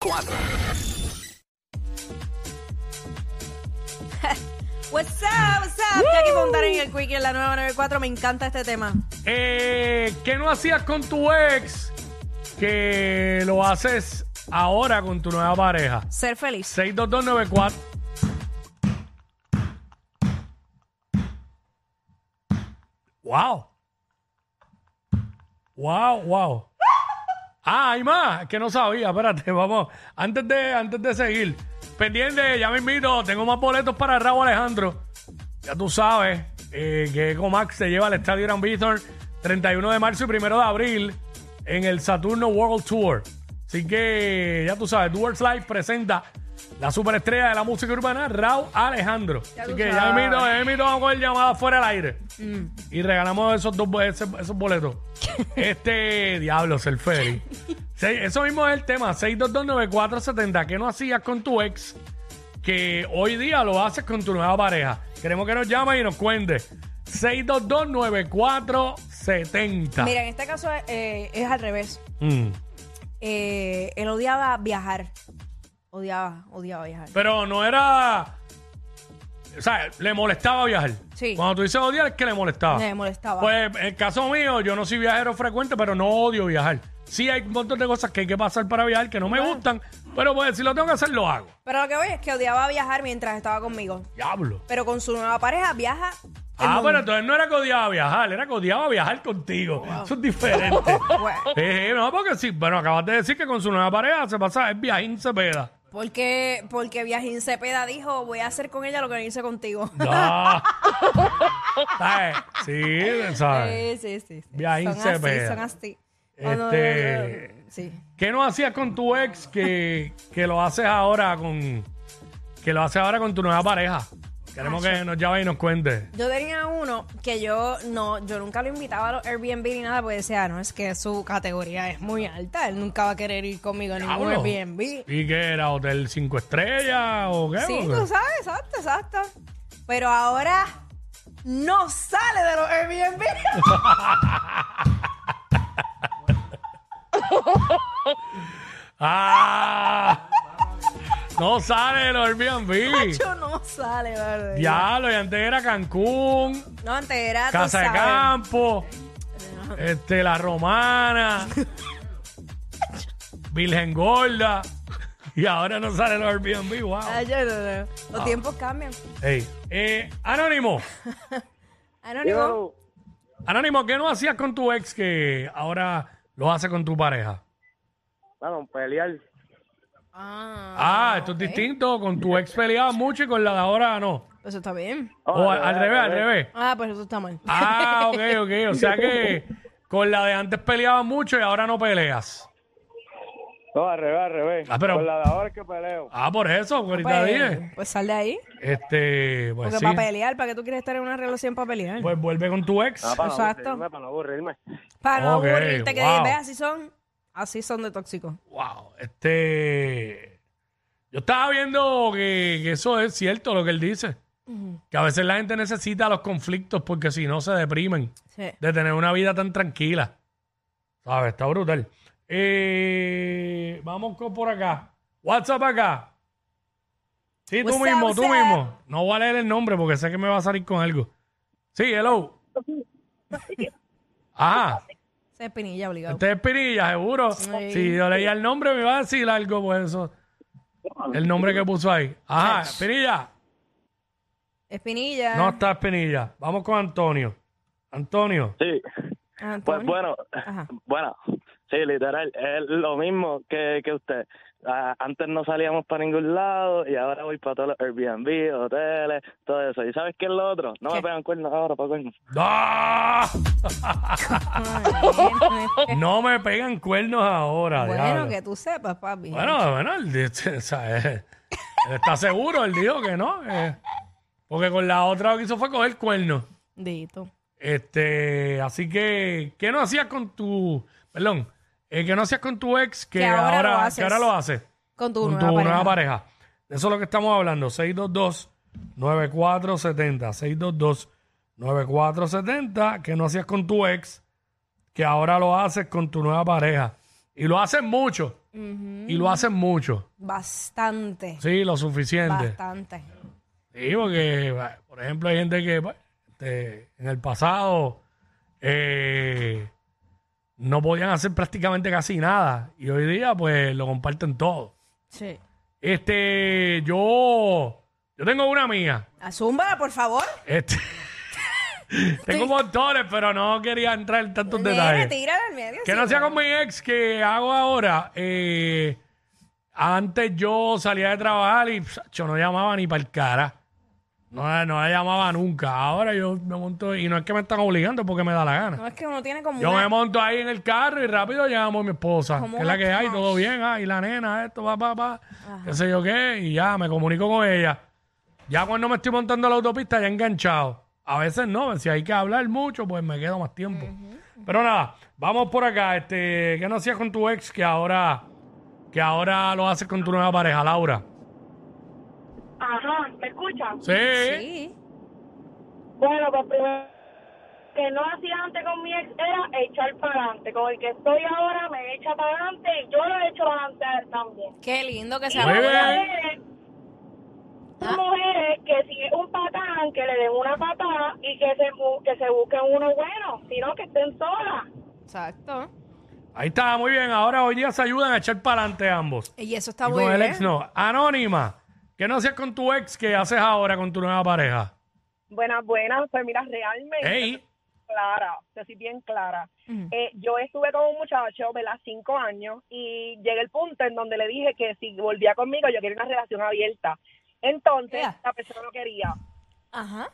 4. What's up, what's up? Jackie Fontaine en el Quickie en la nueva 94. Me encanta este tema. Eh, ¿Qué no hacías con tu ex que lo haces ahora con tu nueva pareja? Ser feliz. 62294. Wow. Wow, wow. Ah, hay más, que no sabía, espérate, vamos. Antes de, antes de seguir, pendiente, ya me invito, tengo más boletos para Raúl Alejandro. Ya tú sabes eh, que Comax se lleva al Estadio Gran Víctor 31 de marzo y 1 de abril en el Saturno World Tour. Así que ya tú sabes, Duers Live presenta la superestrella de la música urbana, Raúl Alejandro. Así tú que ya me invito, ya me invito, vamos a coger llamada fuera del aire. Y regalamos esos dos bo- ese- esos boletos. este diablo, ser feliz. Sí, eso mismo es el tema, 6229470. ¿Qué no hacías con tu ex? que hoy día lo haces con tu nueva pareja. Queremos que nos llames y nos cuentes. 6229470. Mira, en este caso eh, es al revés. Mm. Eh, él odiaba viajar. Odiaba, odiaba viajar. Pero no era. O sea, le molestaba viajar. Sí. Cuando tú dices odiar, es que le molestaba. Me molestaba. Pues en el caso mío, yo no soy viajero frecuente, pero no odio viajar. Sí, hay un montón de cosas que hay que pasar para viajar que no me gustan, pero pues si lo tengo que hacer, lo hago. Pero lo que voy es que odiaba viajar mientras estaba conmigo. Diablo. Pero con su nueva pareja viaja. el Ah, mundo. pero entonces no era que odiaba viajar, era que odiaba viajar contigo. Eso es diferente. Bueno, Eh, no, porque sí, bueno, acabas de decir que con su nueva pareja se pasa, es viajín Cepeda. porque, porque Viajín Cepeda dijo, voy a hacer con ella lo que no hice contigo. No. ¿Sabes? Sí, ¿sabes? Sí, sí, sí. sí. Viajín son así, Cepeda. son así. Este- Sí. ¿Qué no hacías con tu ex que, que lo haces ahora con que lo haces ahora con tu nueva pareja? Queremos que nos llame y nos cuente. Yo tenía uno que yo no, yo nunca lo invitaba a los Airbnb ni nada, porque decía, "Ah, no, es que su categoría es muy alta, él nunca va a querer ir conmigo a ningún Diablo. Airbnb. ¿Y qué era? ¿Hotel 5 estrellas o qué? Sí, Porque- tú sabes, exacto, exacto. Pero ahora no sale de los Airbnb. ¡Ah! No sale el Airbnb. Yo no sale, ¿verdad? Diablo, y antes era Cancún. No, antes era tú Casa de sabes. Campo, este, La Romana, Virgen Gorda, y ahora no sale el Airbnb, wow. Ay, yo no, no. Ah. Los tiempos cambian. Ey. Eh, Anónimo, Anónimo. Anónimo, ¿qué no hacías con tu ex que ahora lo hace con tu pareja? Bueno, pelear. Ah, Ah, esto es distinto, con tu ex peleabas mucho y con la de ahora no. pues eso está bien. Oh, O al, al eh, revés, al revés. Ah, pues eso está mal. Ah, ok, ok, o sea que con la de antes peleabas mucho y ahora no peleas. No, al revés, al revés. Ah, pero- Con la de ahora es que peleo. Ah, por eso, ahorita Pues, dije. pues sal de ahí. Este, pues Porque sí. para pelear, ¿para qué tú quieres estar en una relación para pelear? Pues vuelve con tu ex. Ah, para Exacto. No aburrirme, para no aburrirme. para no ok, aburrirte que wow. digas, ve, así son, así son de tóxicos. Wow, este. Yo estaba viendo que, que eso es cierto lo que él dice. Que a veces la gente necesita los conflictos porque si no se deprimen Sí. de tener una vida tan tranquila. ¿Sabes? Está brutal. Eh, vamos con por acá. WhatsApp acá. Sí, tú What's up, mismo, what's tú up? mismo. No voy a leer el nombre porque sé que me va a salir con algo. Sí, hello. Ah. Ajá. Esa es pinilla obligado. Usted es Pirilla, seguro. Sí. Si yo leía el nombre, me iba a decir algo por eso. El nombre que puso ahí. Ajá, Pirilla. Es pinilla. No está Espinilla. Vamos con Antonio. Antonio. Sí. Antonio. Pues bueno, Ajá. bueno, sí, literal, es lo mismo que, que usted. Ah, antes no salíamos para ningún lado y ahora voy para todos los Airbnb, hoteles, todo eso. ¿Y sabes qué es lo otro? No ¿Qué? me pegan cuernos ahora, para cuernos. ¡Ah! Ay, No me pegan cuernos ahora. bueno, diablo. que tú sepas, papi. Bueno, bueno, él, dice, o sea, él- él está seguro, él dijo que no. que- porque con la otra lo que hizo fue coger cuernos. Dito. Este, así que, ¿qué no hacías con tu, perdón, eh, qué no hacías con tu ex que, Que ahora ahora, lo que haces. ahora lo hace? Con tu, Con nueva, pareja. pareja. De Eso es lo que estamos hablando, 622-9470, 622-9470, que no hacías con tu ex que ahora lo haces con tu nueva pareja. Y lo hacen mucho. Y lo hacen mucho. Bastante. Sí, lo suficiente. Bastante. Sí, porque, va, por ejemplo, hay gente que va, este, en el pasado eh, no podían hacer prácticamente casi nada. Y hoy día, pues, lo comparten todo. Sí. Este, yo, yo tengo una mía. Azúmbala, Ah, por favor. Este, tengo montones, pero no quería entrar en tantos detalles. tírala al medio. Que sí. no sea con mi ex que hago ahora. Eh, antes yo salía de trabajar y pf, yo no llamaba ni para el cara. No, la- no la llamaba nunca. Ahora yo me monto y no es que me están obligando porque me da la gana. No es que uno tiene como Yo una- me monto ahí en el carro y rápido llamo a mi esposa, Como que es la una que hay, crush. todo bien, ah, y la nena, esto, pa, pa, pa, qué sé yo qué, y ya me comunico con ella. Ya cuando me estoy montando a la autopista, ya enganchado. A veces no, si hay que hablar mucho, pues me quedo más tiempo. Pero nada, vamos por acá. Este, ¿Qué no hacías con tu ex que ahora, que ahora lo haces con tu nueva pareja, Laura? Ajá, ¿me escuchan? Sí. Sí. Bueno, pues primero que no hacía antes con mi ex era echar para adelante. Con el que estoy ahora me echa para adelante y yo lo he hecho adelante a él también. Qué lindo que Y sea. Muy las bien. mujeres, las mujeres que si es un patán, que le den una patada y que se, bu- que se busquen uno bueno, sino que estén solas. Exacto. Ahí está, muy bien. Ahora hoy día se ayudan a echar para adelante ambos. Y eso está Y muy con bien. el ex no. Anónima, ¿qué no hacías con tu ex que haces ahora con tu nueva pareja? Buenas, buenas. Pues mira, realmente... Ey, clara, yo soy bien clara. Ujú. Eh, yo estuve con un muchacho, ¿verdad? Cinco años y llegué al punto en donde le dije que si volvía conmigo yo quería una relación abierta. Entonces, Ea. la persona no quería. Ajá.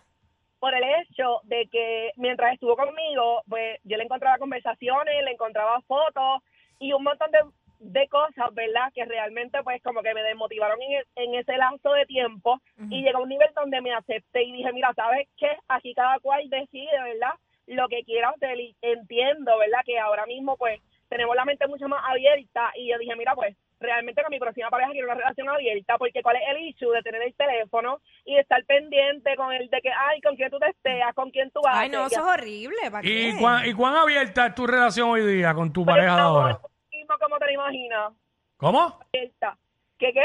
Por el hecho de que mientras estuvo conmigo, pues yo le encontraba conversaciones, le encontraba fotos y un montón de, de cosas, ¿verdad? Que realmente pues como que me desmotivaron en, e- en ese lapso de tiempo y llegó a un nivel donde me acepté y dije, mira, ¿sabes qué? Aquí cada cual decide, ¿verdad? Lo que quiera hacer y entiendo, ¿verdad? Que ahora mismo, pues, tenemos la mente mucho más abierta y yo dije, mira, pues, realmente con mi próxima pareja quiero una relación abierta porque ¿cuál es el issue de tener el teléfono y de estar pendiente con el de que, ay, con quién tú testeas, con quién tú vas? Ay, no, eso es horrible. ¿Para ¿y qué? cuán, ¿y cuán abierta es tu relación hoy día con tu pareja de ahora? Como te lo imaginas, ¿Cómo? abierta. ¿Qué qué?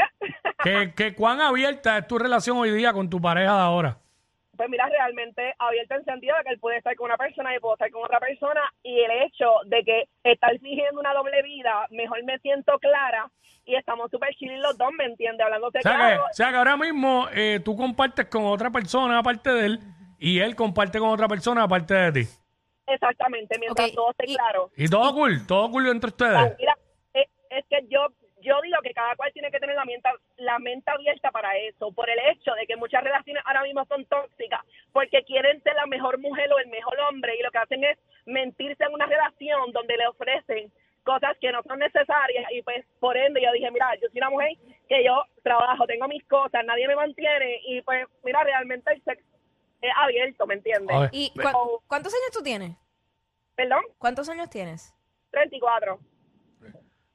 ¿Que, que cuán abierta es tu relación hoy día con tu pareja de ahora? pues mira, realmente abierta en sentido de que él puede estar con una persona y yo puedo estar con otra persona y el hecho de que estar fingiendo una doble vida, mejor me siento clara y estamos súper chill los dos, ¿me entiendes? Hablándote O sea, que, claro. o sea que ahora mismo eh, tú compartes con otra persona aparte de él y él comparte con otra persona aparte de ti. Exactamente, mientras Ok, todo esté y- claro. Y todo cool, todo cool entre ustedes. Pues Mira, es, es que yo yo digo que cada cual tiene que tener la mente, la mente abierta para eso, por el hecho de que muchas relaciones ahora mismo son tóxicas, porque quieren ser la mejor mujer o el mejor hombre y lo que hacen es mentirse en una relación donde le ofrecen cosas que no son necesarias y pues por ende yo dije, mira, yo soy una mujer que yo trabajo, tengo mis cosas, nadie me mantiene y pues mira, realmente el sexo es abierto, ¿me entiendes? A ver. ¿Y cu- cuántos años tú tienes? Perdón, ¿Cuántos años tienes? 34.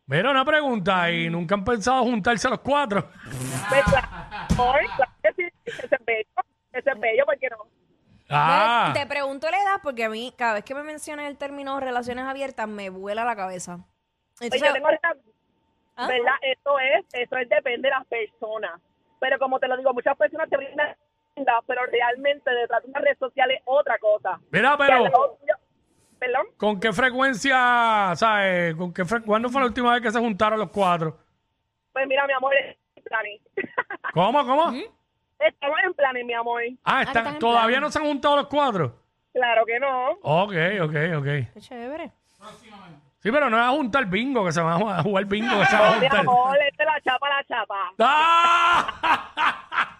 Mira, una pregunta, ¿y nunca han pensado juntarse los cuatro? Pues claro, hoy, claro que sí, ese es bello, ese es bello, ¿por qué no? Ah, Te pregunto la edad porque a mí, cada vez que me mencionan el término relaciones abiertas, me vuela la cabeza. Pues Entonces, yo tengo esta- ¿Ah? ¿verdad? Eso es, eso es depende de las personas. Pero como te lo digo, muchas personas te brindan, pero realmente detrás de una red social es otra cosa. mira, Que pero... luego yo- Perdón, ¿Con qué frecuencia, sabes? ¿Con qué fre- ¿Cuándo fue la última vez que se juntaron los cuatro? pues mira, mi amor, Dani. ¿Cómo, cómo? Estamos en planes, mi amor. Ah, que están- están en todavía plan. no se han juntado los cuatro. Claro que no. Ok, ok, ok. qué chévere. Sí, pero no es a juntar bingo, que se van a jugar bingo, que se van a Mi juntar. amor, este es la chapa, la chapa. ¡Ah!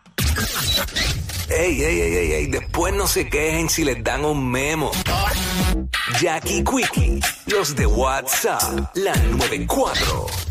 Ey, ey, ey, ey, ey, después no se quejen si les dan un memo. Jackie Quickie, los de WhatsApp, la 94.